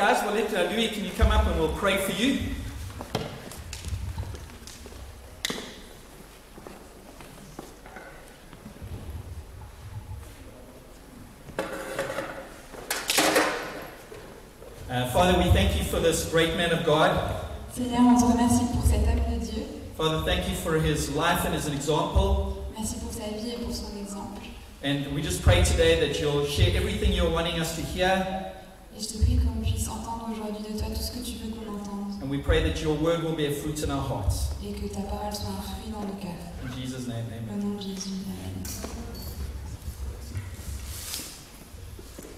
Guys, we'll let uh, Louis, can you come up and we'll pray for you? Uh, Father, we thank you for this great man of God. Seigneur, on te remercie pour cet homme de Dieu. Father, thank you for his life and his example. Merci pour sa vie et pour son exemple. And we just pray today that you'll share everything you're wanting us to hear. Et je te prie qu'on puisse entendre aujourd'hui de toi tout ce que tu veux qu'on entende And we pray that your word will bear fruit in our hearts. et que ta parole soit un fruit dans nos cœurs. In Jesus' name, amen. Au nom de Jésus. Amen.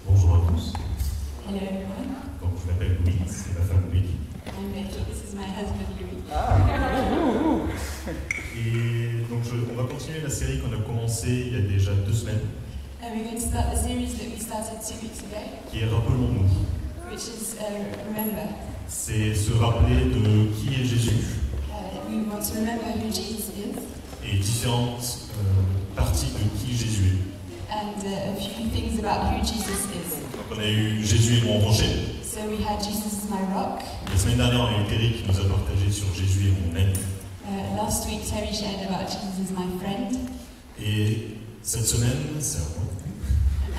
Bonjour à tous, Hello everyone. donc je m'appelle Louis, c'est ma femme Louis, I'm Becky. This is my husband Louis. et donc je- on va continuer la série qu'on a commencée il y a déjà deux semaines, And we're going to start a series that we started two weeks ago, qui est Rappelons-nous. which is uh, Remember. C'est se rappeler de qui est Jésus Uh, we want to remember who Jesus is et différentes euh, parties de qui Jésus est. and uh, a few things about who Jesus is. Donc on a eu Jésus et mon rocher, So we had Jesus is my rock. la semaine dernière on a eu Terry qui nous a partagé sur Jésus et mon ami, Uh, last week Terry shared about Jesus is my friend. et cette semaine c'est à moi,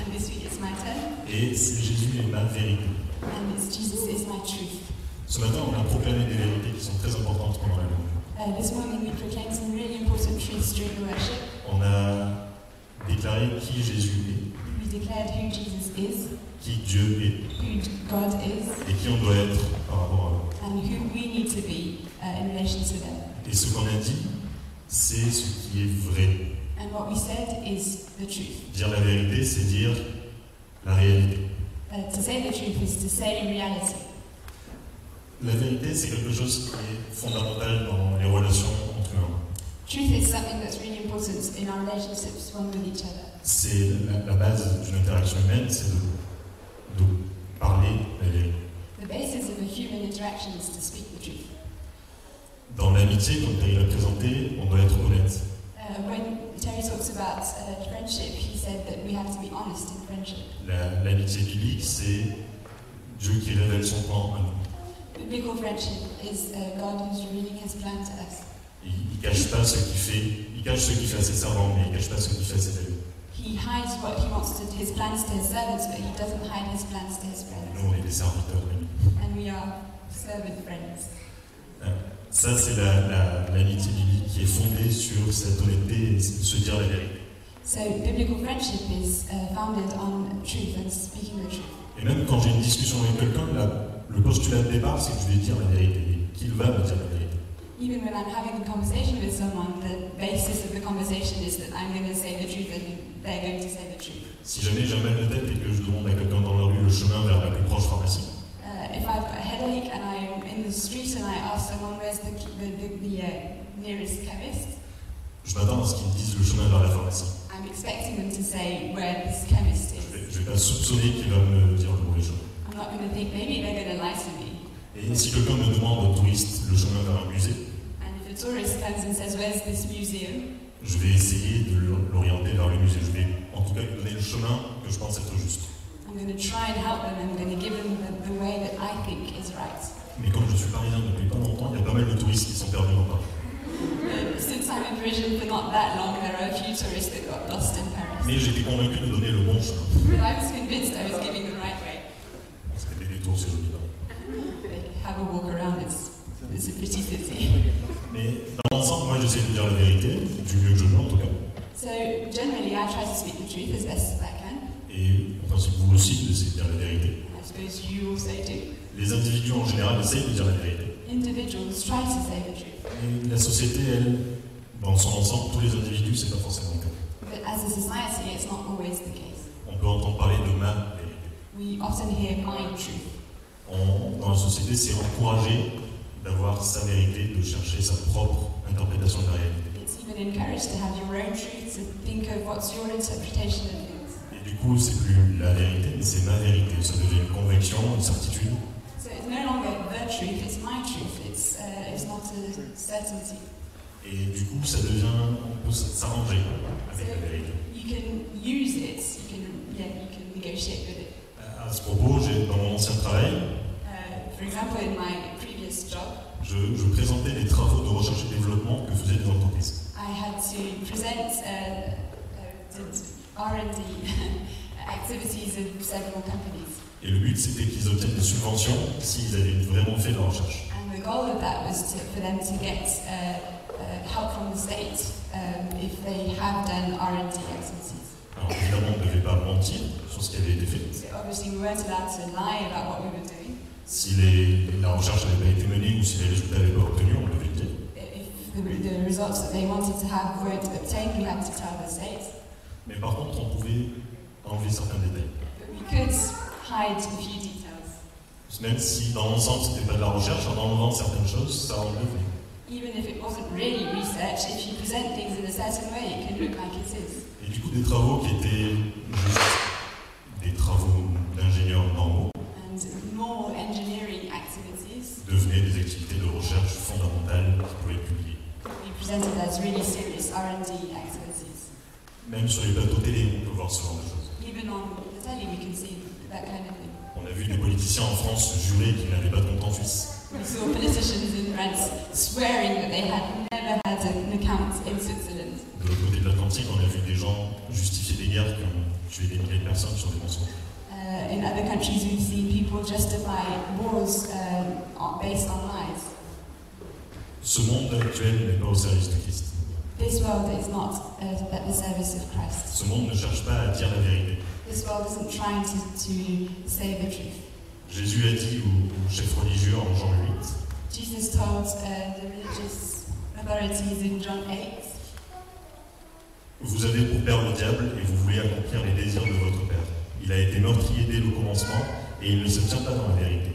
And this week it's my turn, et c'est Jésus et ma vérité. and it's Jesus is my truth. Ce matin on a proclamé des vérités qui sont très importantes pendant la langue. Uh, this morning we proclaimed some really important truths during worship. On a déclaré qui Jésus est, We declared who Jesus is, qui Dieu est who God is, et qui on doit être par rapport and who we need to be uh, in relation to à them. eux. Et ce qu'on a dit, c'est ce qui est vrai. And what we said is the truth. Dire la vérité, c'est dire la réalité. Uh, to say the truth is to say reality. La vérité, c'est quelque chose qui est fondamental dans les relations entre humains. Truth is something that's really important in our relationships one with each other. C'est la, la base d'une interaction humaine, c'est de, de parler la vérité. The basis of a human interaction is to speak the truth. Dans l'amitié, comme Terry l'a présenté, on doit être honnête. Uh, when Terry talks about uh, friendship, he said that we have to be honest in friendship. La- L'amitié biblique, c'est Dieu qui révèle son plan à nous. Biblical friendship is uh, God who's revealing his plan to us. Il, il cache pas ce qu'il fait, il cache ce qu'il fait à ses servants, mais il cache pas ce qu'il fait à ses amis. He hides what he wants to, his plans to his servants, but he doesn't hide his plans to his friends. Nous, on est des serviteurs. amis. And we are servant friends. Ça, c'est la- la- l'amitié biblique qui est fondée sur cette honnêteté et se dire la vérité. So biblical friendship is uh, founded on truth and speaking the truth. Et même quand j'ai une discussion avec quelqu'un, la- le postulat de départ, c'est que je vais dire la vérité et qu'il va me dire la vérité. Even when I'm having a conversation with someone, the basis of the conversation is that I'm going to say the truth and they're going to say the truth. Si jamais j'ai un mal de tête et que je demande à quelqu'un dans la rue le chemin vers la plus proche pharmacie, Uh, if I've got a headache and I'm in the street and I ask someone where's the, the, the, the uh, nearest chemist, je m'attends à ce qu'il me dise le chemin vers la pharmacie. I'm expecting them to say where this chemist Je is. vais, je vais pas soupçonner qu'il va me dire le mauvais chemin. I'm not going to think maybe they're going to lie to me. Et si quelqu'un me demande, touriste, le chemin vers un musée, And if a tourist comes and says, Where's this museum? Je vais essayer de l'orienter vers le musée. Je vais en tout cas lui donner le chemin que je pense être juste. I'm going to try and help them. I'm going to give them the, the way that I think is right. Mais comme je suis parisien depuis pas longtemps, il y a pas mal de touristes qui sont perdus dans Paris. But since I'm in prison for not that long, there are a few tourists that got lost in Paris. Mais j'ai été convaincu de donner le bon chemin. But I was convinced I was giving the right way. C'était des détours, c'est joli. hein. Like, have a walk around, it's, it's a pretty city. Mais dans l'ensemble, moi j'essaie de dire la vérité, du mieux que je peux en tout cas. So generally, I try to speak the truth as best as I can. Et on principe, vous aussi, d'essayer de dire la vérité. I suppose you also do. Les individus en général essayent de dire la vérité. Individuals try to say the truth. Mais la société, elle, dans son ensemble, tous les individus, c'est pas forcément le cas. But as a society, it's not always the case. On peut entendre parler de ma vérité. We often hear my truth. On- dans la société, c'est encouragé d'avoir sa vérité, de chercher sa propre interprétation de la réalité. It's even encouraged to have your own truth, to think of what's your interpretation of things. Et du coup, c'est plus la vérité, mais c'est ma vérité. Ça devient une conviction, une certitude. So it's no longer the truth, it's my truth. It's, uh, it's not a certainty. Et du coup, ça devient, on peut s- s'arranger avec la vérité. You can use it, you can, yeah, you can negotiate with it. À ce propos, j'ai- dans mon ancien travail, Uh, For example, in my previous job, Je, je présentais les travaux de recherche et développement que faisaient les entreprises. I had to present uh, uh, did R&D activities in several companies, Et le but, c'était qu'ils obtiennent des subventions s'ils avaient vraiment fait de la recherche. and the goal of that was to, for them to get uh, uh, help from the state um, if they have done R&D activities. Alors évidemment, on ne devait pas mentir sur ce qui avait été fait. So obviously, we weren't allowed to lie about what we were doing. Si les- la recherche n'avait pas été menée ou si les résultats n'avaient pas obtenus, on devait le dire. If the, the results that they wanted to have weren't obtained, we had to tell the state. Mais par contre, on pouvait enlever certains détails. But we could hide a few details. Même si dans l'ensemble, ce n'était pas de la recherche, en enlevant certaines choses, ça on le fait. Even if it wasn't really research, if you present things in a certain way, it can look like it is. Et du coup, des travaux qui étaient juste des travaux d'ingénieurs normaux And normal engineering activities devenaient des activités de recherche fondamentales qui pouvaient être publiées. we presented as really serious R&D activities. Même sur les plateaux télé, on peut voir ce genre de choses. Even on the telly, we can see that kind of thing. On a vu des politiciens en France jurer qu'ils n'avaient pas de compte en Suisse. We saw politicians in France swearing that they had never had an account in Switzerland. De l'autre côté de l'Atlantique, on a vu des gens justifier des guerres qui ont tué des milliers de personnes sur des mensonges. Uh, in other countries, we've seen people justify wars um, on- based on lies. Ce monde actuel n'est pas au service du Christ. This world is not uh, at the service of Christ. Ce monde ne cherche pas à dire la vérité. This world isn't trying to, to say the truth. Jésus a dit aux, aux chefs religieux en Jean 8 Jesus told uh, the religious authorities in John 8, Vous avez pour père le diable et vous voulez accomplir les désirs de votre père. Il a été meurtrier dès le commencement et il ne se tient pas dans la vérité,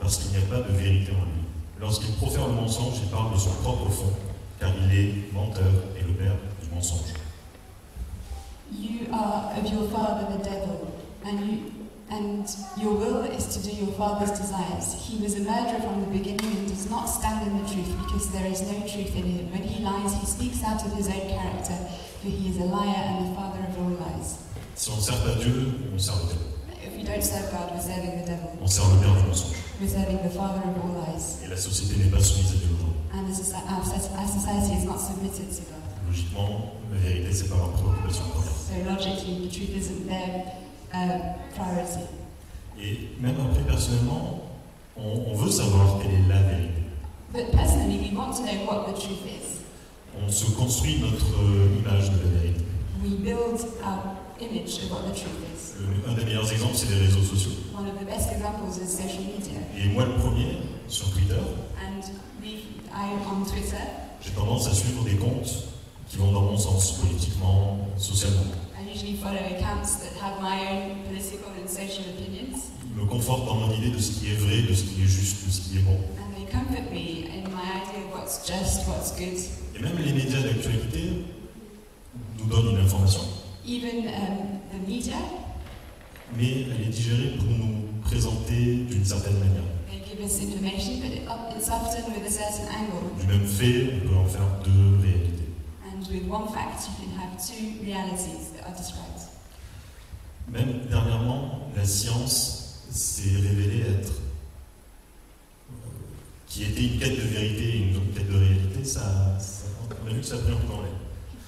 parce qu'il n'y a pas de vérité en lui. Lorsqu'il profère le mensonge, il parle de son propre fond, car il est menteur et le père du mensonge. You are of your father the devil, and, you, and your will is to do your father's desires. He was a murderer from the beginning and does not stand in the truth because there is no truth in him. When he lies, he speaks out of his own character, for he is a liar and the father of all lies. Si on ne sert pas Dieu, on sert le diable. If we don't serve God, we're serving the devil, On sert le père du mensonge. we're serving the father of all lies. Et la société n'est pas soumise à Dieu aujourd'hui. And the soci- our soci- our society is not submitted to God. Logiquement, la vérité, c'est pas leur préoccupation première. So logically, the truth isn't their uh, priority. Et même après, personnellement, on, on veut savoir quelle est la vérité. But personally, we want to know what the truth is. On se construit notre euh, image de la vérité. We build our image of what the truth is. Le- un des meilleurs exemples, c'est les réseaux sociaux. One of the best examples is social media. Et moi, le premier, sur Twitter, And we, I on Twitter, j'ai tendance à suivre des comptes qui vont dans mon sens, politiquement, socialement. I usually follow accounts that have my own political and social opinions, Ils me confortent dans mon idée de ce qui est vrai, de ce qui est juste, de ce qui est bon. and they comfort me in my idea of what's just, what's good. Et même les médias d'actualité nous donnent une information, Even um, the media, mais elle est digérée pour nous présenter d'une certaine manière. they give us information, but it, it's often with a certain angle. Du même fait, on peut en faire deux réalités. And with one fact, you can have two realities that are described. Même dernièrement, la science s'est révélée être. euh, qui était une quête de vérité et une autre quête de réalité, ça, ça- on a vu que ça a pris un peu dans l'air.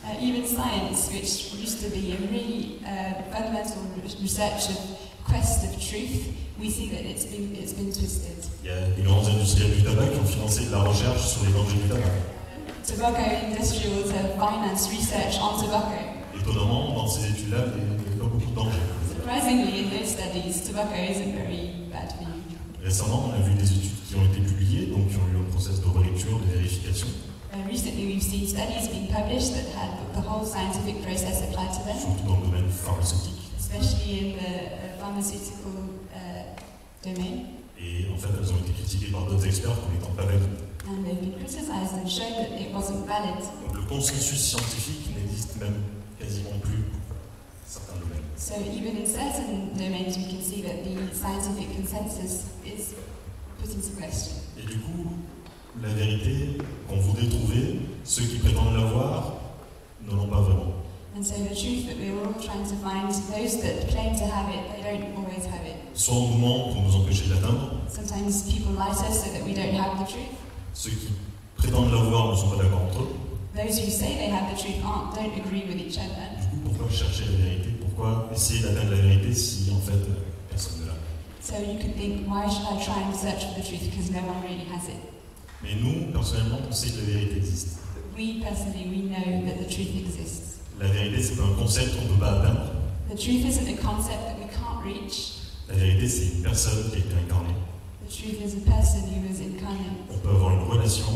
Uh, even science, which used to be a really uh, fundamental re- research of quest of truth, we see that it's been, it's been twisted. Il y a des grands industriels du tabac qui ont financé de la recherche sur les dangers du tabac. Tobacco industrials have financed research on tobacco. Étonnamment, dans ces études-là, il n'y avait pas beaucoup de dangers. Surprisingly, in those studies, tobacco isn't very bad for you. Récemment, on a vu des études qui ont été publiées, donc qui ont eu un process de relecture, de vérification, Uh, recently, we've seen studies being published that had the whole scientific process applied to them, surtout dans le domaine pharmaceutique. especially in the uh, pharmaceutical uh, domain. Et en fait, elles ont été critiquées par d'autres experts comme étant pas valides. and they've been criticised and shown that it wasn't valid. Donc le consensus scientifique n'existe même quasiment plus pour certains domaines. So even in certain domains, we can see that the scientific consensus is put into question. Et du coup, la vérité qu'on voudrait trouver, ceux qui prétendent l'avoir ne l'ont pas vraiment. And so the truth that we're all trying to find, those that claim to have it, they don't always have it. Soit on nous ment pour nous empêcher de l'atteindre, Sometimes people lie to us so that we don't have the truth. Ceux qui prétendent l'avoir ne sont pas d'accord entre eux. Those who say they have the truth aren't, don't agree with each other. Du coup, pourquoi chercher la vérité Pourquoi essayer d'atteindre la vérité si en fait euh, personne ne l'a So you could think, why should I try and search for the truth because no one really has it? Mais nous, personnellement, on sait que la vérité existe. But we personally, we know that the truth exists. La vérité, c'est pas un concept qu'on peut pas atteindre. The truth isn't a concept that we can't reach. La vérité, c'est une personne qui a été incarnée. The truth is a person who was incarnate. On peut avoir une relation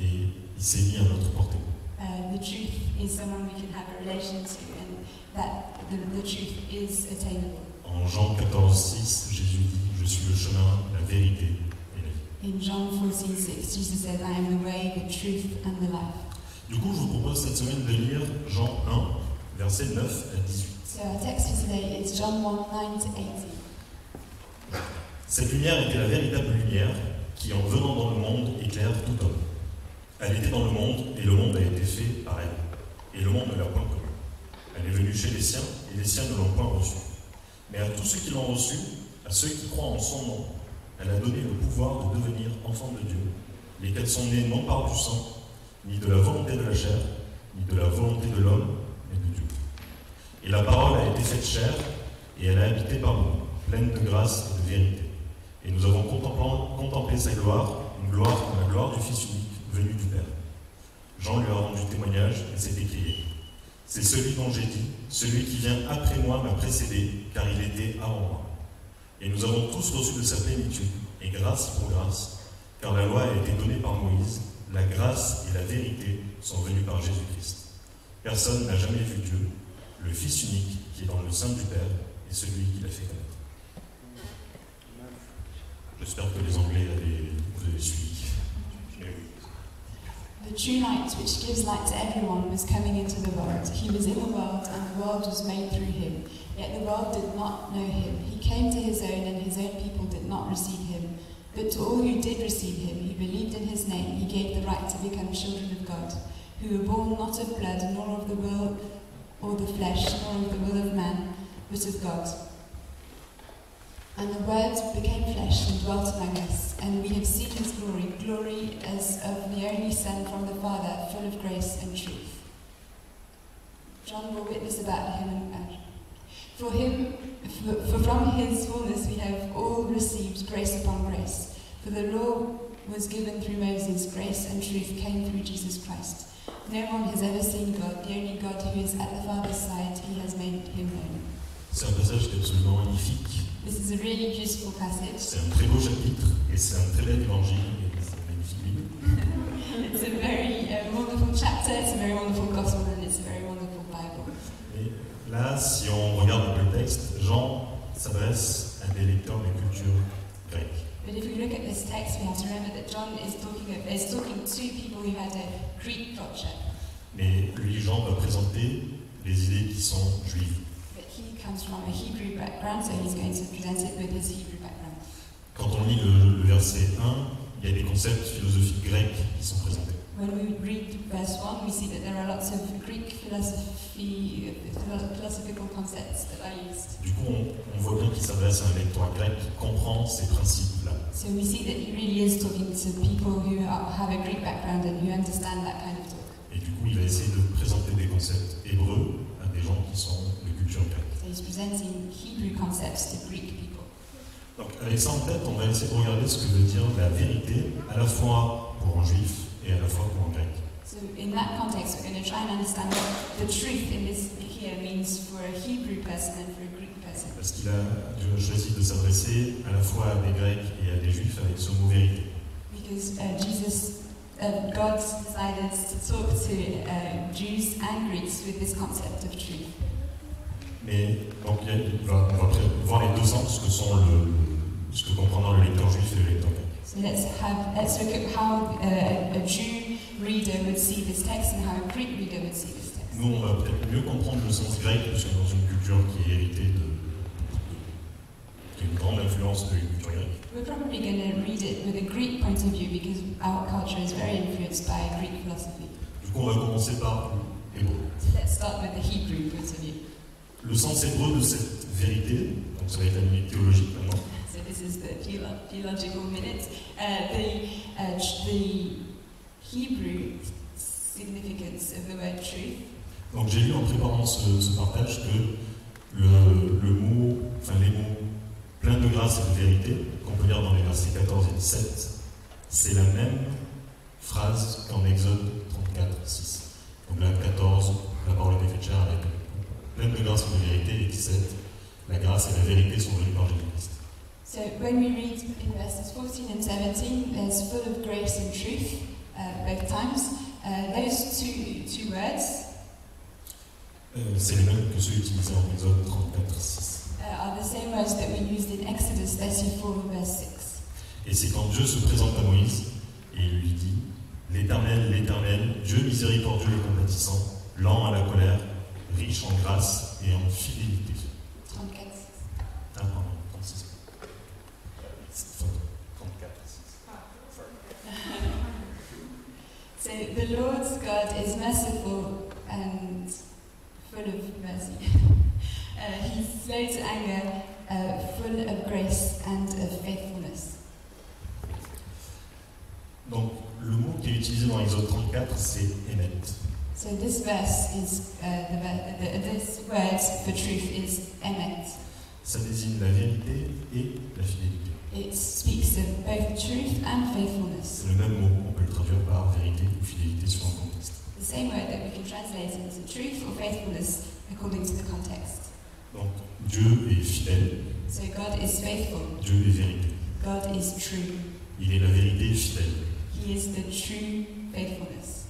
et il s'est mis à notre portée. Uh, the truth is someone we can have a relation to, and that the, the truth is attainable. En Jean 14, 6, Jésus dit Je suis le chemin, la vérité et la vie. In John 14:6, Jesus says, I am the way, the truth, and the life. Du coup, je vous propose cette semaine de lire Jean 1, versets 9 à 18. So our text for today is John 1 9 to 18. Cette lumière était la véritable lumière qui, en venant dans le monde, éclaire tout homme. Elle était dans le monde et le monde a été fait par elle. Et le monde ne l'a point connue. Elle est venue chez les siens et les siens ne l'ont point reçue. Mais à tous ceux qui l'ont reçue, à ceux qui croient en son nom, elle a donné le pouvoir de devenir enfants de Dieu, lesquels sont nés non par du sang, ni de la volonté de la chair, ni de la volonté de l'homme, mais de Dieu. Et la parole a été faite chair, et elle a habité parmi nous, pleine de grâce et de vérité. Et nous avons contemplant- contemplé sa gloire, une gloire comme la gloire du Fils unique venu du Père. Jean lui a rendu témoignage et s'est écrié C'est celui dont j'ai dit, celui qui vient après moi m'a précédé, car il était avant moi. Et nous avons tous reçu de sa plénitude, et grâce pour grâce, car la loi a été donnée par Moïse, la grâce et la vérité sont venues par Jésus-Christ. Personne n'a jamais vu Dieu, le Fils unique qui est dans le sein du Père, et celui qui l'a fait connaître. J'espère que les Anglais avaient, vous avez suivi. Mais oui. The true light, which gives light to everyone, was coming into the world. He was in the world, and the world was made through him. Yet the world did not know him. He came to his own, and his own people did not receive him. But to all who did receive him, who believed in his name, he gave the right to become children of God, who were born not of blood, nor of the will or the flesh, nor of the will of man, but of God. And the Word became flesh and dwelt among us, and we have seen his glory, glory as of the only Son from the Father, full of grace and truth. John will witness about him and uh, for him, for, for from his fullness we have all received grace upon grace. For the law was given through Moses, grace and truth came through Jesus Christ. No one has ever seen God, the only God who is at the Father's side, he has made him known. C'est un passage qui est absolument magnifique. This is a really useful passage. C'est un très beau chapitre et c'est un très bel évangile et c'est une magnifique Bible. It's a very uh, wonderful chapter, it's a very wonderful gospel, and it's a very wonderful Bible. Et là, si on regarde un peu le texte, Jean s'adresse à des lecteurs des cultures grecques. But if we look at this text, we have to remember that John is talking, of, is talking to people who had a Greek culture, Mais lui, Jean va présenter les idées qui sont juives. but he comes from a Hebrew background, so he's going to present it with his Hebrew background. Quand on lit le, le verset 1, il y a des concepts philosophiques grecs qui sont présentés. When we read verse 1, we see that there are lots of Greek philosophy, uh, philosophical concepts that are used. Du coup, on, on voit bien qu'il s'adresse à un lecteur grec qui comprend ces principes-là. So we see that he really is talking to people who are, have a Greek background and who understand that kind of talk. Et du coup, il va essayer de présenter des concepts hébreux à des gens qui sont de culture grecque. So he's presenting Hebrew concepts to Greek people. Donc, avec ça en tête, on va essayer de regarder ce que veut dire la vérité, à la fois pour un juif et à la fois pour un grec. So in that context, we're going to try and understand what the truth in this here means for a Hebrew person and for a Greek person. Parce qu'il a Dieu a choisi de s'adresser à la fois à des grecs et à des juifs avec ce mot vérité. Because uh, Jesus, uh, God decided to talk to uh, Jews and Greeks with this concept of truth. Mais donc, il y a- il va- on va pré- voir les deux sens que sont le, ce que comprendra le lecteur juif et le lecteur grec. So let's have let's look at how uh, a Jew reader would see this text and how a Greek reader would see this text. Nous, on va peut-être mieux comprendre le sens grec, parce que dans une culture qui est héritée de. qui a une grande influence de la culture grecque. We're probably going to read it with a Greek point of view because our culture is very influenced by Greek philosophy. Du coup, on va commencer par hébreu. So let's start with the Hebrew point of view. Le sens hébreu de cette vérité, donc ça va être la limite théologique maintenant, So this is the philo- theological minute, uh, the, uh, tr- the Hebrew significance of the word truth. Donc j'ai lu en préparant ce, ce partage que le, le mot, enfin les mots plein de grâce et de vérité, qu'on peut lire dans les versets 14 et 17, c'est la même phrase qu'en Exode 34, 6. Donc là, 14, la parole est faite chair avec pleine de grâce et de vérité, et 17, la grâce et la vérité sont venues par Jésus-Christ. So when we read in verses 14 and 17, there's full of grace and truth, uh, both times. Uh, those two, two words Euh, c'est les mêmes que ceux utilisés en Exode 34, 6. uh, are the same words that we used in Exodus 34, verse 6. Et c'est quand Dieu se présente à Moïse et il lui dit L'Éternel, l'Éternel, Dieu miséricordieux et compatissant, lent à la colère, riche en grâce et en fidélité. Trente-quatre. Ah, pardon, 36. C'est faux, 34. So the Lord's God is merciful and full of mercy. uh, he's slow to anger, uh, full of grace and of faithfulness. Donc, le mot qui est utilisé dans Exode 34, c'est Emet. So this verse is uh, the, ver- the, this word for truth is emet. Ça désigne la vérité et la fidélité. It speaks of both truth and faithfulness. C'est le même mot, on peut le traduire par vérité ou fidélité selon le contexte. The same word that we can translate into truth or faithfulness according to the context. Donc, Dieu est fidèle, So God is faithful. Dieu est vérité. God is true. Il est la vérité fidèle. He is the true faithfulness.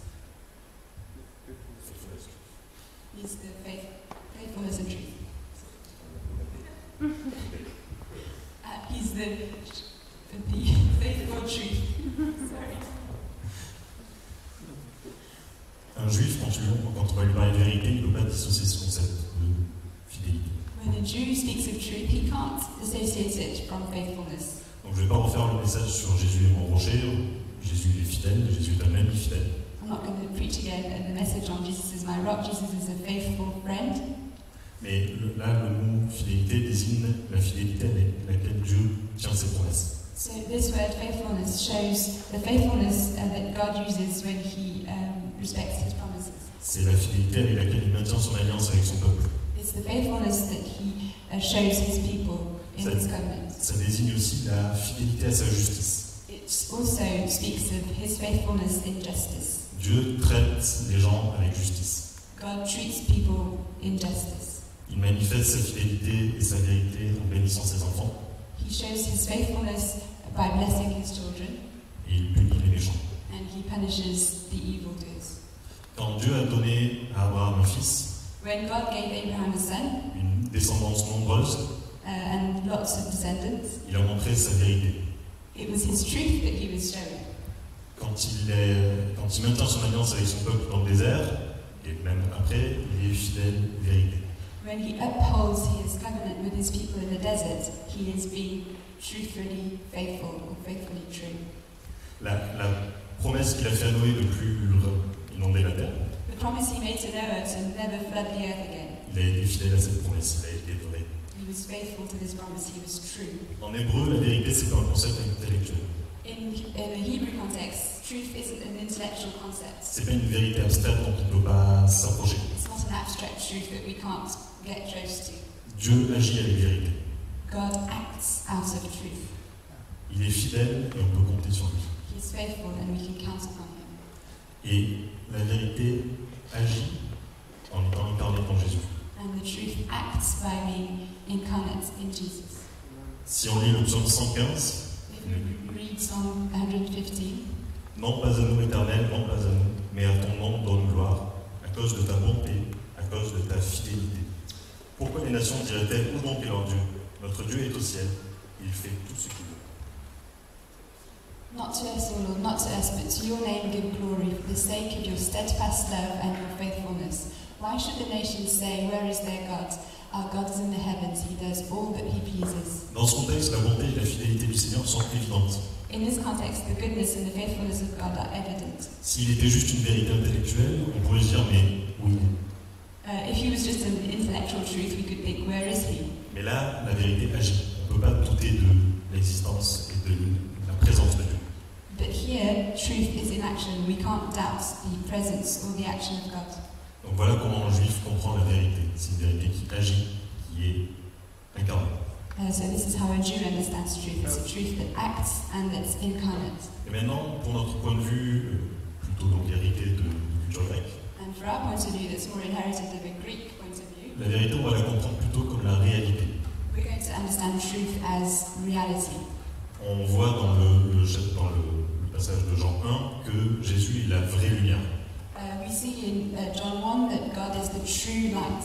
He's the faith, faithfulness and truth. uh, he's the, the faithful truth. Un juif, quand, tu- quand on va lui parler de vérité, il ne peut pas dissocier ce concept de fidélité. When a Jew speaks of truth, he can't dissociate it from faithfulness. Donc je ne vais pas refaire le message sur Jésus est mon rocher, ou Jésus est fidèle, Jésus est un ami fidèle. I'm not going to preach again uh, the message on Jesus is my rock, Jesus is a faithful friend. Mais le- là, le mot fidélité désigne la fidélité avec laquelle Dieu tient ses promesses. So this word faithfulness shows the faithfulness uh, that God uses when he um, respects his promises. C'est la fidélité avec laquelle il maintient son alliance avec son peuple. It's the faithfulness that he uh, shows his people in So- his covenant. Ça désigne aussi la fidélité à sa justice. It also speaks of his faithfulness in justice. Dieu traite les gens avec justice. God treats people in justice. Il manifeste sa fidélité et sa vérité en bénissant ses enfants, He shows his faithfulness by blessing his children, et il punit les méchants. and he punishes the evildoers. Quand Dieu a donné à Abraham un fils, When God gave Abraham a son une descendance nombreuse, uh, and lots of descendants, il a montré sa vérité. it was his truth that he was showing. Quand il, est- quand il maintient son alliance avec son peuple dans le désert, et même après, il est fidèle, vérité. When he upholds his covenant with his people in the desert, he is being truthfully faithful or faithfully true. La, la promesse qu'il a fait à Noé de plus inonder la terre, The promise he made to Noah to never flood the earth again. il a été fidèle à cette promesse, il a été vrai. He was faithful to this promise, he was true. En hébreu, la vérité, c'est pas un concept intellectuel. In, in the Hebrew context, truth isn't an intellectual concept. C'est pas une vérité abstraite dont on ne peut pas s'approcher. It's not an abstract truth that we can't get close to. Dieu agit avec vérité. God acts out of truth. Il est fidèle et on peut compter sur lui. He is faithful and we can count upon him. Et la vérité agit en étant incarnée dans Jésus. And the truth acts by being incarnate in Jesus. Si on lit le psaume 115, If we read Psalm 115, non pas à nous éternel, non pas à nous, mais à ton nom donne gloire, à cause de ta bonté, à cause de ta fidélité. Pourquoi les nations diraient-elles où donc est leur Dieu Notre Dieu est au ciel, il fait tout ce qu'il veut. Not to us, O Lord, not to us, but to your name give glory, for the sake of your steadfast love and your faithfulness. Why should the nations say, Where is their God? Our God is in the heavens, he does all that he pleases. Dans ce contexte, la bonté et la fidélité du Seigneur sont évidentes. In this context, the goodness and the faithfulness of God are evident. S'il était juste une vérité intellectuelle, on pourrait se dire mais oui. Uh, if he was just an intellectual truth, we could think, Where is he? Mais là, la vérité agit. On ne peut pas douter de l'existence et de la présence de Dieu. But here, truth is in action. We can't doubt the presence or the action of God. Donc voilà comment un juif comprend la vérité. C'est une vérité qui agit, qui est incarnée. Uh, so this is how a Jew understands truth. It's a truth that acts and that's incarnate. Et maintenant, pour notre point de vue, euh, plutôt donc hérité de la culture grecque, And for our point of view, that's more inherited of a Greek point of view, la vérité, on va la comprendre plutôt comme la réalité. we're going to understand truth as reality. On voit dans le, le- dans le- le passage de Jean 1 que Jésus est la vraie lumière. Uh, we see in uh, John 1 that God is the true light.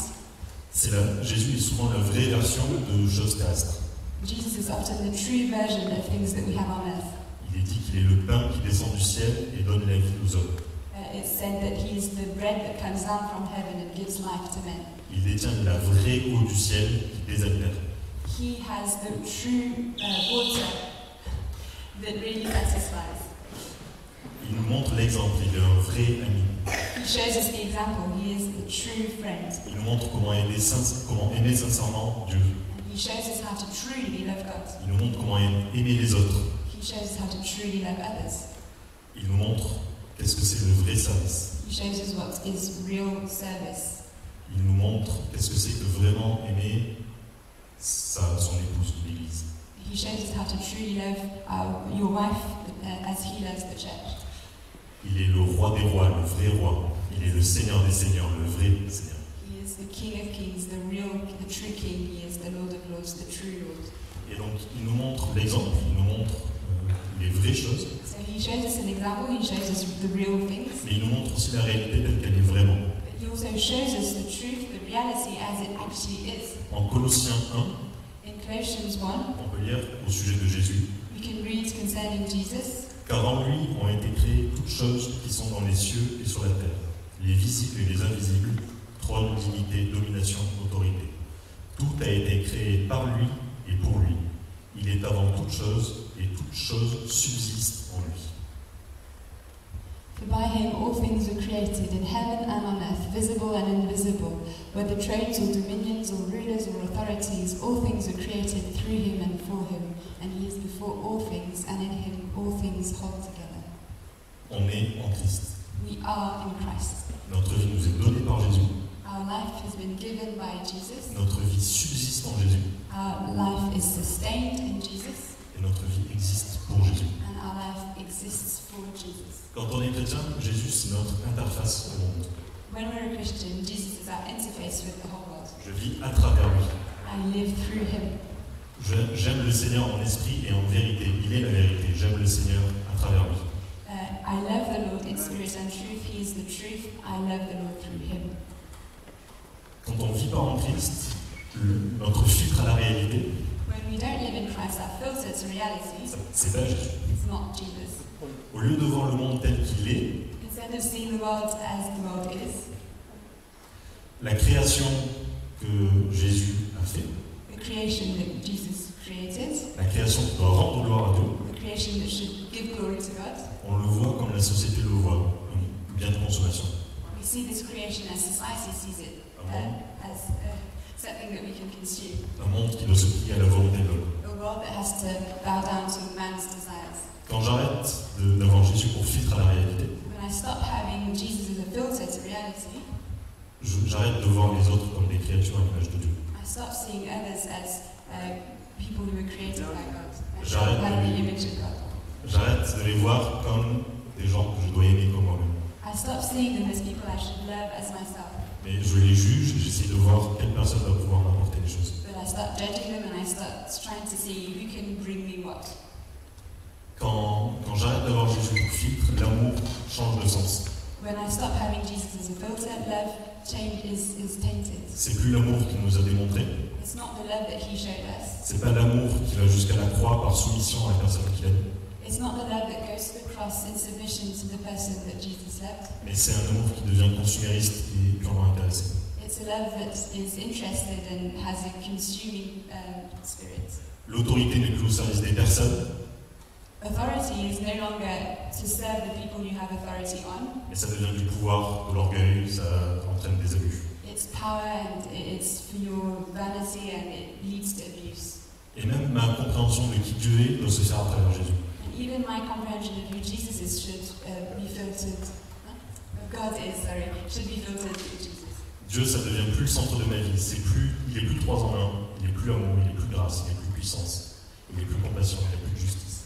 C'est la- Jésus est souvent la vraie version de Joscastre. Jesus is often the true version of things that we have on earth. Il est dit qu'il est le pain qui descend du ciel et donne la vie aux hommes. Uh, it's said that he is the bread that comes down from heaven and gives life to men. Il détient la vraie eau du ciel qui désaltère. He has the true uh, water that really satisfies. Il nous montre l'exemple, il est un vrai ami. He shows us the example. He is the true friend. Il nous montre comment aimer, sin- comment aimer sincèrement Dieu. And he shows us how to truly love God. Il nous montre comment aim- aimer les autres. He shows us how to truly love others. Il nous montre qu'est-ce que c'est le vrai service. He shows us what is real service. Il nous montre qu'est-ce que c'est que vraiment aimer sa, son épouse ou l'Église. He shows us how to truly love our, your wife uh, as he loves the church. Il est le roi des rois, le vrai roi. Il est le Seigneur des seigneurs, le vrai Seigneur. He is the King of Kings, the real, the true King. He is the Lord of Lords, the true Lord. Et donc, il nous montre l'exemple, il nous montre euh, les vraies choses, So he shows us an example. He shows us the real things. mais il nous montre aussi la réalité telle qu'elle est vraiment. But he also shows us the truth, the reality as it actually is. En Colossiens In Colossians 1, 1, on peut lire au sujet de Jésus we can read concerning Jesus. Car en lui ont été créées toutes choses qui sont dans les cieux et sur la terre, les visibles et les invisibles, trône, dignité, domination, autorité. Tout a été créé par lui et pour lui. Il est avant toute chose et toute chose subsiste en lui. For by him all things were created in heaven and on earth, visible and invisible, whether thrones or dominions or rulers or authorities, all things were created through him and for him, and he is before all things, and in him all things hold together. On est en Christ. We are in Christ. Notre vie nous est donnée par Jésus. Our life has been given by Jesus. Notre vie subsiste en Jésus. Our life is sustained in Jesus, Et notre vie existe pour Jésus. and our life exists for Jesus. Quand on est chrétien, Jésus, c'est notre interface au monde. When we're a Christian, Jesus is our interface with the whole world. Je vis à travers lui. I live through him. Je- J'aime le Seigneur en esprit et en vérité. Il est la vérité. J'aime le Seigneur à travers lui. Uh, I love the Lord in spirit and truth. He is the truth. I love the Lord through him. Quand on ne vit pas en Christ, le- notre filtre à la réalité, When we don't live in Christ, our filter to reality ça- c'est pas Jésus. is not Jesus. Au lieu de voir le monde tel qu'il est, Instead of seeing the world as the world is, la création que Jésus a faite, the creation that Jesus created, la création qui doit rendre gloire à Dieu, the creation that should give glory to God, on le voit comme la société le voit, un bien de consommation. we see this creation as society sees it, Un monde, uh, as uh, something that we can consume. un monde qui doit se plier à la volonté de l'homme. A world that has to bow down to man's desires. Quand j'arrête de- d'avoir Jésus pour filtre à la réalité, When I stop having Jesus as a filter to reality, je- j'arrête de voir les autres comme des créatures à l'image de Dieu. I stop seeing others as uh, people who were created by God, J'arrête and by the de- image of God. J'arrête de les voir comme des gens que je dois aimer comme moi-même. I stop seeing them as people I should love as myself, Mais je les juge et j'essaie de voir quelle personne va pouvoir m'apporter les choses. but I start judging them and I start trying to see who can bring me what. Quand, quand j'arrête d'avoir Jésus pour filtre, l'amour change de sens. When I stop having Jesus as a filter, love change is, is tainted. C'est plus l'amour qu'il nous a démontré, It's not the love that He showed us. c'est pas l'amour qui va jusqu'à la croix par soumission à la personne qu'il aime, It's not the love that goes to the cross in submission to the person that Jesus loved. mais c'est un amour qui devient consumériste et purement intéressé. It's a love that is interested and has a consuming um, spirit. L'autorité n'est plus au service des personnes, Authority is no longer to serve the people you have authority on. mais ça devient du pouvoir, de l'orgueil, ça entraîne des abus. It's power and it's for your vanity and it leads to abuse. Et même ma compréhension de qui Dieu est doit se faire à travers Jésus. And even my comprehension of who Jesus is should uh, be filtered. Huh? God is, sorry, should be filtered through Jesus. Dieu, ça devient plus le centre de ma vie. C'est plus, il est plus trois en un. Il est plus amour, il est plus grâce, il est plus puissance, il est plus compassion, il est plus justice.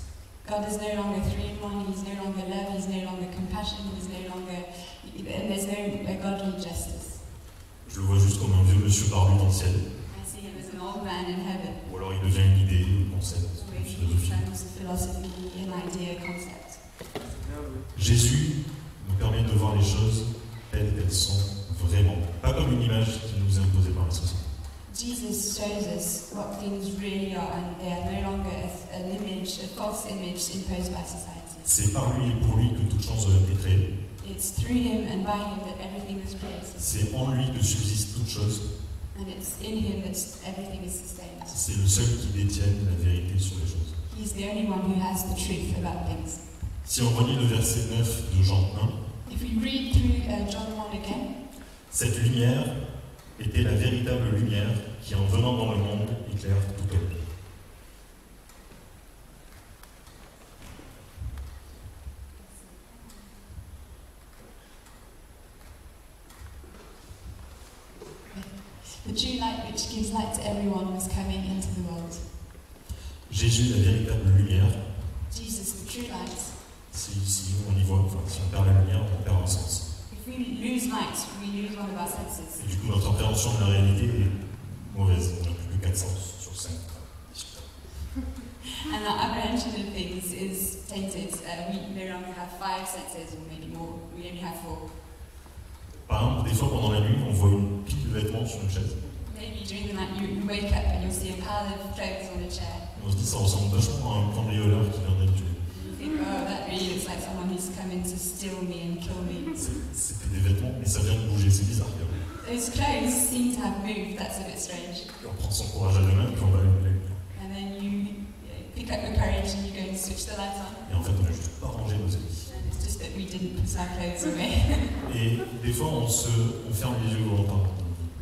God is no longer three in one, He's no longer love, He's no longer compassion, He's no longer, and there's no uh, godly justice. Je le vois juste comme un vieux monsieur barbu dans le ciel. I see Him as an old man in heaven, Ou alors il devient une idée, un concept, where une He philosophie. becomes a philosophy, an idea, a concept. Jésus nous permet de voir les choses telles qu'elles sont vraiment. Pas comme une image qui nous est imposée par la société. Jesus shows us what things really are, and they are no longer a- an image, a false image imposed by society. C'est par lui et pour lui que toute chance a été créée. It's through Him and by Him that everything is created, C'est en lui que subsiste toute chose. and it's in Him that everything is sustained. C'est le seul qui détienne la vérité sur les choses. He's the only one who has the truth about things. Si on relit le verset 9 de Jean 1, If we read through uh, John 1 again, Cette lumière était la véritable lumière qui, en venant dans le monde, éclaire tout homme. The true light which gives light to everyone was coming into the world. Jésus, la véritable lumière, Jesus, the true light. si, si on y voit, enfin, si on perd la lumière, on perd un sens. If we lose light, we lose one of our senses. Et du coup, notre appréhension de la réalité est mauvaise. On n'a plus que 4 sens sur 5. And our apprehension of things is tainted. Uh, we no longer have five senses, or maybe more. We only have four. Par exemple, des fois, pendant la nuit, on voit une pile de vêtements sur une chaise. Maybe during the night you, you wake up and you'll see a pile of clothes on a chair. On se dit, ça ressemble vachement à un cambrioleur qui vient d'être tué. You think, oh, that really looks like someone who's coming to steal me and kill me. C'est- C'était des vêtements, mais ça vient de bouger, c'est bizarre. Those clothes seem to have moved. That's a bit strange. Et on prend son courage à deux mains, puis on va allumer la lumière. And then you uh, pick up your courage and you go and switch the light on. Et en fait, on n'a juste pas rangé nos habits. And it's just that we didn't put our clothes away. Et des fois, on, se, on ferme les yeux longtemps.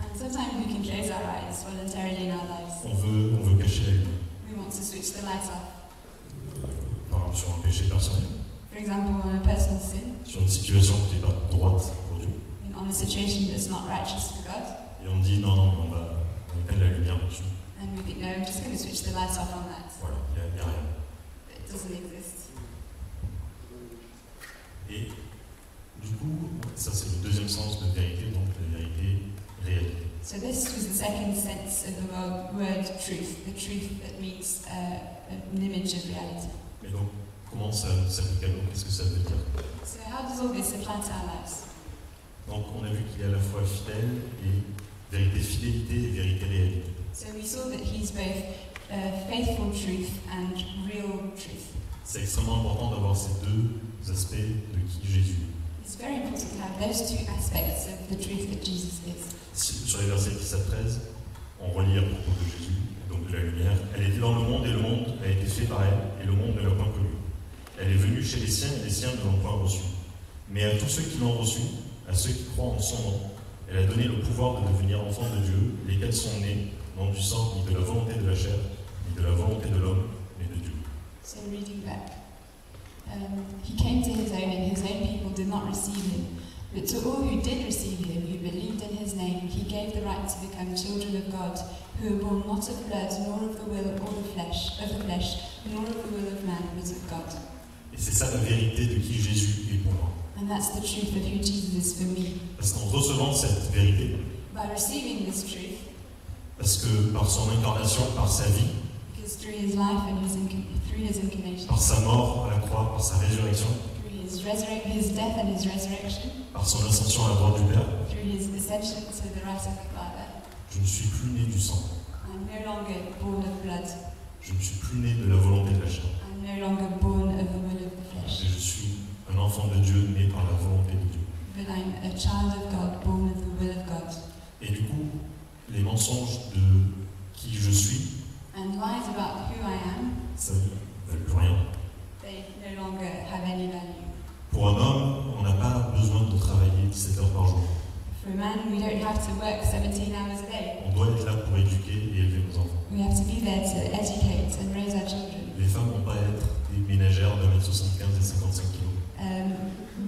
And sometimes we can close our eyes voluntarily in our lives. On veut, on veut cacher la lumière. We want to switch the light off. Par exemple, sur un péché personnel, For example, on a personal sin, sur une situation qui n'est pas droite pour Dieu. and on a situation that's not righteous for God, Et on dit non, non, on va on éteint la lumière dessus. and we think, no, I'm just going to switch the light off on that. Voilà, il n'y a, rien. It doesn't exist. Et du coup, ça c'est le deuxième sens de vérité, donc la vérité réelle. So this was the second sense of the word, word truth, the truth that means uh, an image of reality. Mais donc, comment ça s'applique à nous Qu'est-ce que ça veut dire So how does all this apply to our lives? Donc, on a vu qu'il est à la fois fidèle et vérité fidélité et vérité réelle. So we saw that he's both uh, faithful truth and real truth. C'est extrêmement important d'avoir ces deux aspects de qui Jésus est. It's very important to have those two aspects of the truth that Jesus is. Si- Sur les versets 10 à 13, on relit à propos de Jésus, donc de la lumière. Elle était dans le monde et le monde a été fait par elle, et le monde ne l'a point connue. Elle est venue chez les siens et les siens ne l'ont point reçue. Mais à tous ceux qui l'ont reçue, à ceux qui croient en son nom, elle a donné le pouvoir de devenir enfants de Dieu, lesquels sont nés, non du sang, ni de la volonté de la chair, ni de la volonté de l'homme, mais de Dieu. So reading back, um, he came to his own, and his own people did not receive him. But to all who did receive him, who believed in his name, he gave the right to become children of God, who were born not of blood, nor of the will or the flesh, of the flesh, nor of the will of man, but of God. Et c'est ça la vérité de qui Jésus est pour moi. And that's the truth of who Jesus is for me. Parce qu'en recevant cette vérité, By receiving this truth, parce que par son incarnation, par sa vie, because through his life and his inc- through his incarnation, par sa mort à la croix, par sa résurrection, through his resurrect, his death and his resurrection. par son ascension à la droite du Père, Through his ascension to the right of the Father, je ne suis plus né du sang, I'm no longer born of blood. je ne suis plus né de la volonté de la chair, I'm no longer born of the will of the mais flesh, je suis un enfant de Dieu né par la volonté de Dieu. but I'm a child of God, born of the will of God. Et du coup, les mensonges de qui je suis, And lies about who I am, ça ne veulent plus rien. they no longer have any value. Pour un homme, on n'a pas besoin de travailler 17 heures par jour. For a man, we don't have to work 17 hours a day. On doit être là pour éduquer et élever nos enfants. We have to be there to educate and raise our children. Les femmes vont pas être des ménagères de 75 et 55 kilos. Um,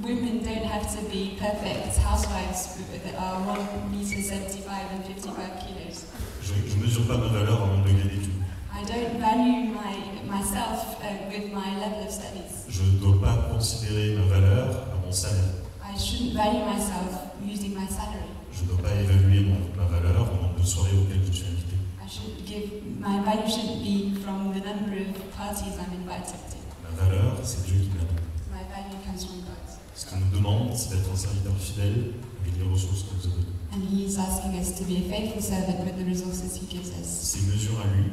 women don't have to be perfect housewives that are 1 meter 75 and 55 kilos. Je ne mesure pas ma valeur en nombre de degrés d'études. I don't value my, myself uh, with my level of studies. Je ne dois pas considérer ma valeur à mon salaire. I shouldn't value myself using my salary. Je ne dois pas évaluer mon- ma valeur au nombre de soirées auxquelles je suis invité. I shouldn't give my value shouldn't be from the number of parties I'm invited to. Ma valeur, c'est Dieu qui me la donne. My value comes from God, Ce qu'on nous demande, c'est d'être un serviteur fidèle avec les ressources qu'on nous a données. and He is asking us to be a faithful servant with the resources He gives us. Ses mesures à lui,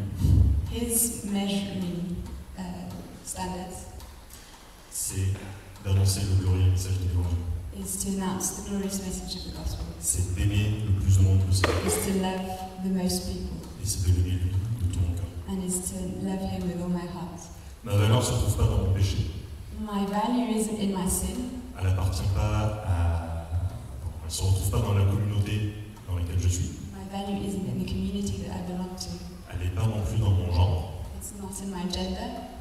His measuring uh, standards c'est d'annoncer le glorieux message de l'Évangile. is to announce the glorious message of the gospel, C'est d'aimer le plus de monde possible. is to love the most people, Et c'est de l'aimer de, de tout mon cœur. and is to love Him with all my heart. Ma valeur ne se trouve pas dans mon péché. My value isn't in my sin. Elle n'appartient pas à... Elle ne se retrouve pas dans la communauté dans laquelle je suis. My value isn't in the community that I belong to. Elle n'est pas non plus dans mon genre. It's not in my gender.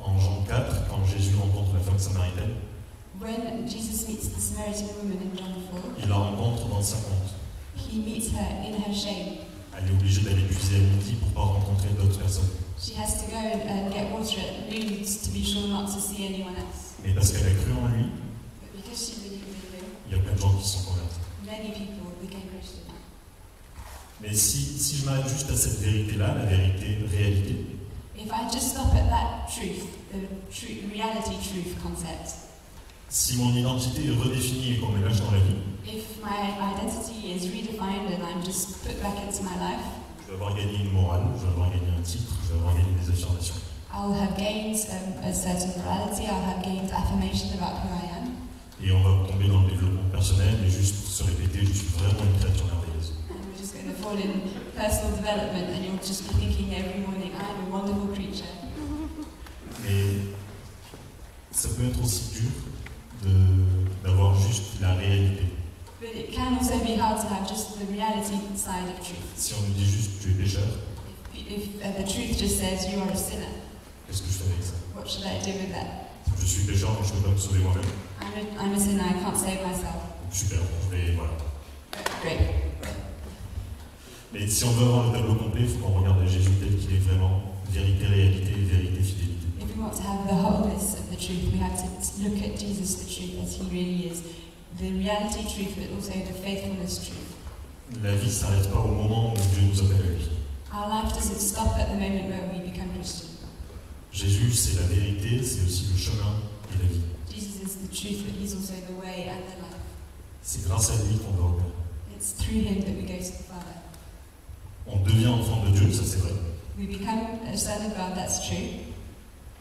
En Jean 4, quand Jésus rencontre la femme samaritaine, When Jesus meets the Samaritan woman in John 4, il la rencontre dans sa honte. He meets her in her shame. Elle est obligée d'aller puiser à midi pour pas rencontrer d'autres personnes. She has to go and get water at noon to be sure not to see anyone else. Mais parce qu'elle a cru en lui, But because she believed in him, il y a plein de gens qui se sont convertis. many people became Christian. Mais si, si je m'arrête juste à cette vérité-là, la vérité, réalité, If I just stop at that truth, the tru- reality truth concept, si mon identité est redéfinie et qu'on me lâche dans la vie, if my identity is redefined and I'm just put back into my life, je vais avoir gagné une morale, je vais avoir gagné un titre, je vais avoir gagné des affirmations. I'll have gained um, a certain morality, I'll have gained affirmation about who I am, Et on va tomber dans le développement personnel, mais juste pour se répéter, je suis vraiment une créature merveilleuse. and we're just going to fall in personal development, and you'll just be thinking every morning, I'm a wonderful creature. Mais ça peut être aussi dur de- d'avoir juste la réalité. But it can also be hard to have just the reality side of truth. Si on nous dit juste tu es pécheur, If uh, the truth just says you are a sinner, qu'est-ce que je fais avec ça what should I do with that? Je suis pécheur, donc je ne peux pas me sauver moi-même. I'm a, I'm a sinner, I can't save myself. Donc super, bon, je vais. Voilà. Great. Mais si on veut avoir le tableau complet, il faut qu'on regarde Jésus tel qu'il est vraiment vérité, réalité et vérité, fidélité. If we want to have the wholeness of the truth, we have to look at Jesus, the truth, as he really is. The reality truth, but also the faithfulness truth. La vie ne s'arrête pas au moment où Dieu nous appelle à lui. Our life doesn't stop at the moment where we become Christian. Jésus, c'est la vérité, c'est aussi le chemin et la vie. Jesus is the truth, but he's also the way and the life. C'est grâce à lui qu'on va au Père. It's through him that we go to the Father. On devient enfant de Dieu, ça c'est vrai. We become a son of God, that's true.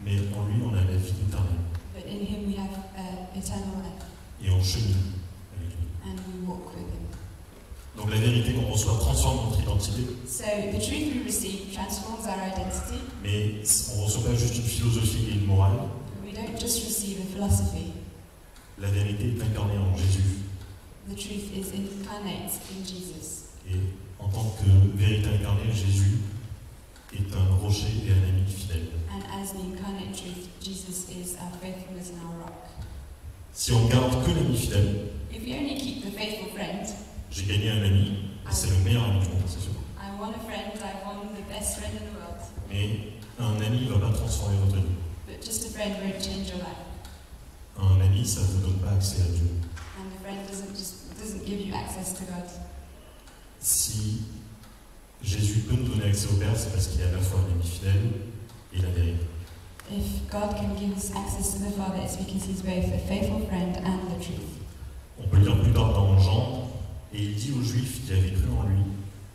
Mais en lui, on a la vie éternelle. But in him we have uh, eternal life et on chemine avec lui. and we walk with him. Donc la vérité qu'on reçoit transforme notre identité, So the truth we receive transforms our identity. mais on ne reçoit pas juste une philosophie et une morale. We don't just receive a philosophy, La vérité est incarnée en Jésus. the truth is incarnate in Jesus. Et en tant que vérité incarnée, Jésus est un rocher et un ami fidèle. And as the incarnate truth, Jesus is our faithfulness and our rock. Si on garde que l'ami fidèle, If we only keep the faithful friend, j'ai gagné un ami, et c'est le meilleur ami du monde, c'est sûr. I want a friend, I want the best friend in the world. Mais un ami ne va pas transformer votre vie. But just a friend won't change your life. Un ami, ça ne vous donne pas accès à Dieu. And a friend doesn't just doesn't give you access to God. Si Jésus peut nous donner accès au Père, c'est parce qu'il est à la fois un ami fidèle et la vérité. If God can give us access to the Father, it's because He's both a faithful friend and the truth. On peut lire plus tard dans Jean, et il dit aux Juifs qui avaient cru en lui,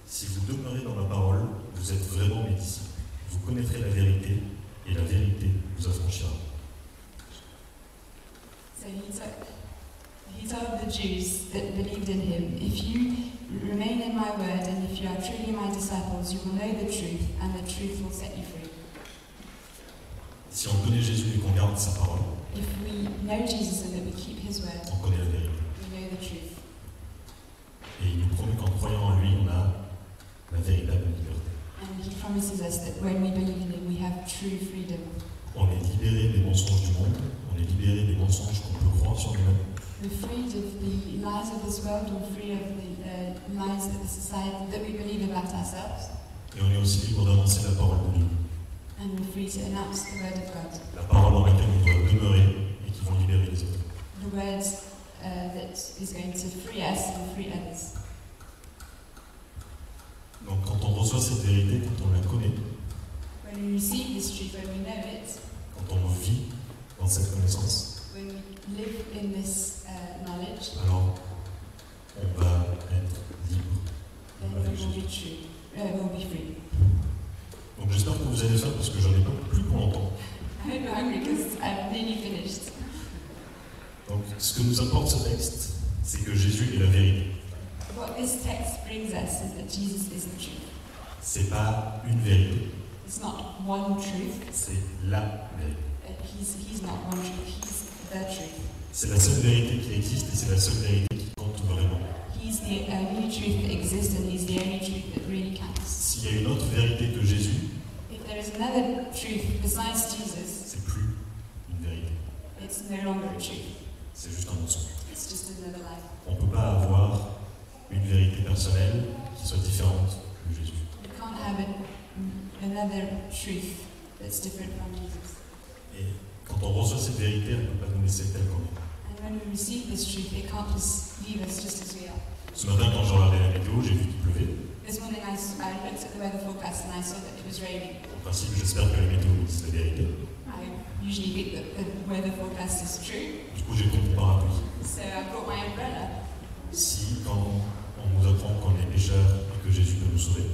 Si vous demeurez dans ma parole, vous êtes vraiment mes disciples. Vous connaîtrez la vérité, et la vérité vous affranchira. So He took, He told the Jews that believed in Him, If you remain in my word and if you are truly my disciples, you will know the truth, and the truth will set you free. Si on connaît Jésus et qu'on garde sa parole, If we know Jesus and that we keep His word, on connaît la vérité. we know the truth. Et il nous promet qu'en croyant en lui, on a la véritable liberté. And he promises us that when we believe in him, we have true freedom. On est libéré des mensonges du monde, on est libéré des mensonges qu'on peut croire sur nous-mêmes. We're freed of the lies of this world and free of the uh, lies of the society that we believe about ourselves. Et on est aussi libre d'avancer la parole de Dieu. And we're free to announce the word of God, La parole dans laquelle on doit demeurer et qui vont libérer les autres. the words uh, that is going to free us and free others. Donc quand on reçoit cette vérité, quand on la connaît, When we receive this truth, when we know it, quand on vit dans cette connaissance, when we live in this uh, knowledge, alors on va être libre. then On va we vivre. will be true. Uh, we'll be free. Donc j'espère que vous allez faire parce que j'en ai pas plus pour longtemps. I hope you're hungry because I'm nearly finished. Donc ce que nous apporte ce texte, c'est que Jésus est la vérité. What this text brings us is that Jesus is the truth. C'est pas une vérité, It's not one truth. c'est la vérité. Uh, He's, he's not one truth. He's the truth. C'est la seule vérité qui existe et c'est la seule vérité qui compte vraiment. He's the only truth that exists and he's the only truth that really counts. S'il y a une autre vérité que Jésus, If there is another truth besides Jesus, c'est plus une vérité, it's no longer a truth. c'est juste un mensonge. It's just another lie. On ne peut pas avoir une vérité personnelle qui soit différente de Jésus. You can't have an, another truth that's different from Jesus. Et quand on reçoit cette vérité, elle ne peut pas nous laisser telle qu'on est. And when we receive this truth, it can't just leave us just as we are. Ce matin, quand j'ai regardé la météo, j'ai vu qu'il pleuvait. This morning I, s- I looked at the weather forecast and I saw that it was raining. En principe, j'espère que la météo nous dit la vérité. I usually think that the weather forecast is true, Du coup, j'ai pris mon parapluie. so I brought my umbrella. Si, quand on nous apprend qu'on est pécheurs et que Jésus peut nous sauver,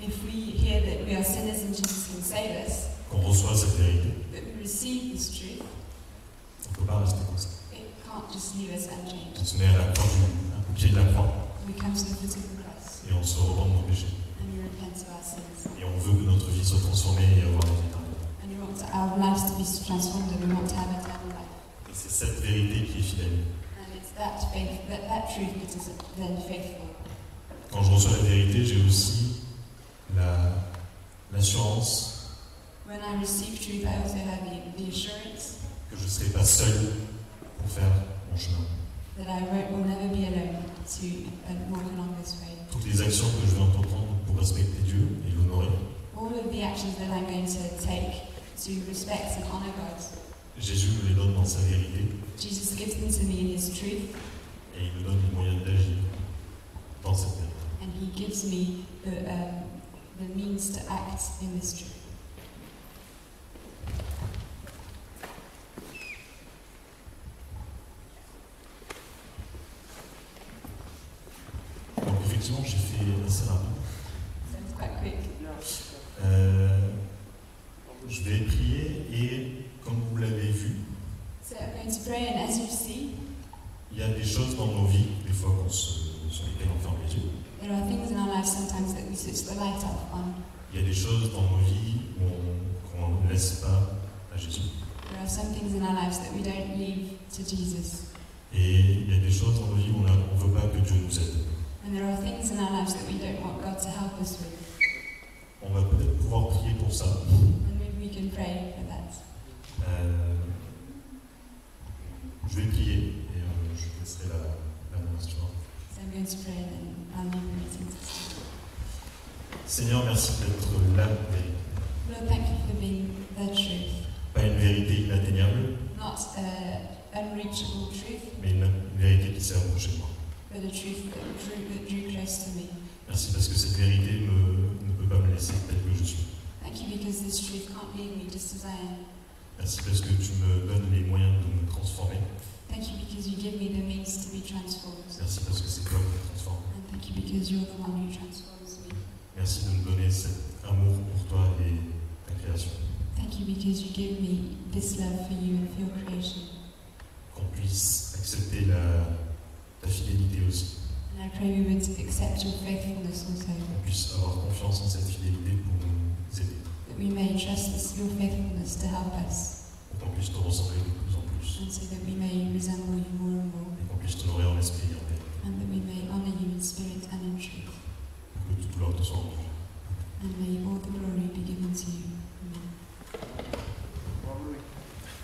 If we hear that we are sinners and Jesus can save us, qu'on reçoit cette vérité, that we receive this truth, on ne peut pas rester comme ça. it can't just leave us unchanged. On se met à la croix, hein, au pied de la croix, We come to the foot of the cross et on se repent de nos péchés. and we repent of our sins. Et on veut que notre vie soit transformée et avoir la vie éternelle. And we want our lives to be transformed and we want to have eternal life. Et c'est cette vérité qui est fidèle. And it's that faith, that, that truth that is then faithful. Quand je reçois la vérité, j'ai aussi la- l'assurance When I receive truth, I also have the, the assurance que je ne serai pas seul pour faire mon chemin. that I won't, will never be alone to uh, walk along this way. Toutes les actions que je vais entreprendre pour respecter Dieu et l'honorer, All of the actions that I'm going to take to respect and honour God, Jésus me les donne dans sa vérité Jesus gives them to me in His truth, et il me donne les moyens d'agir dans cette vérité. and He gives me the, um, the means to act in this truth. Donc effectivement, j'ai fait assez rapide. So it's quite quick. Euh, je vais prier et comme vous l'avez vu, So I'm going to pray, and as you see, il y a des choses dans nos vies, des fois qu'on se, sur lesquelles on ferme les yeux. there are things in our lives sometimes that we switch the light off on. Il y a des choses dans nos vies où on- qu'on ne laisse pas à Jésus. There are some things in our lives that we don't leave to Jesus, Et il y a des choses dans nos vies où on ne veut pas que Dieu nous aide. and there are things in our lives that we don't want God to help us with. On va peut-être pouvoir prier pour ça. And maybe we can pray for that. Euh, je vais prier et euh, je vous laisserai la, la main instrument. So I'm going to pray, and then I'll leave the meeting. Seigneur, merci d'être la vérité. Lord, thank you for being the truth, Pas une vérité inatteignable, not an unreachable truth, mais une, une vérité qui s'est rapprochée de moi. but a truth that drew, that drew close to me. Merci parce que cette vérité me- ne peut pas me laisser tel que je suis. Thank you because this truth can't leave me just as I am. Merci parce que tu me donnes les moyens de me transformer. Thank you because you give me the means to be transformed. Merci parce que c'est toi qui me transformes. And thank you because you're the one who transforms me. Merci de me donner cet amour pour toi et ta création. Thank you because you give me this love for you and for your creation. Qu'on puisse accepter la, ta fidélité aussi. And I pray we would accept your faithfulness also, Qu'on puisse avoir confiance en cette fidélité pour nous aider. that we may trust this, your faithfulness to help us, Qu'on puisse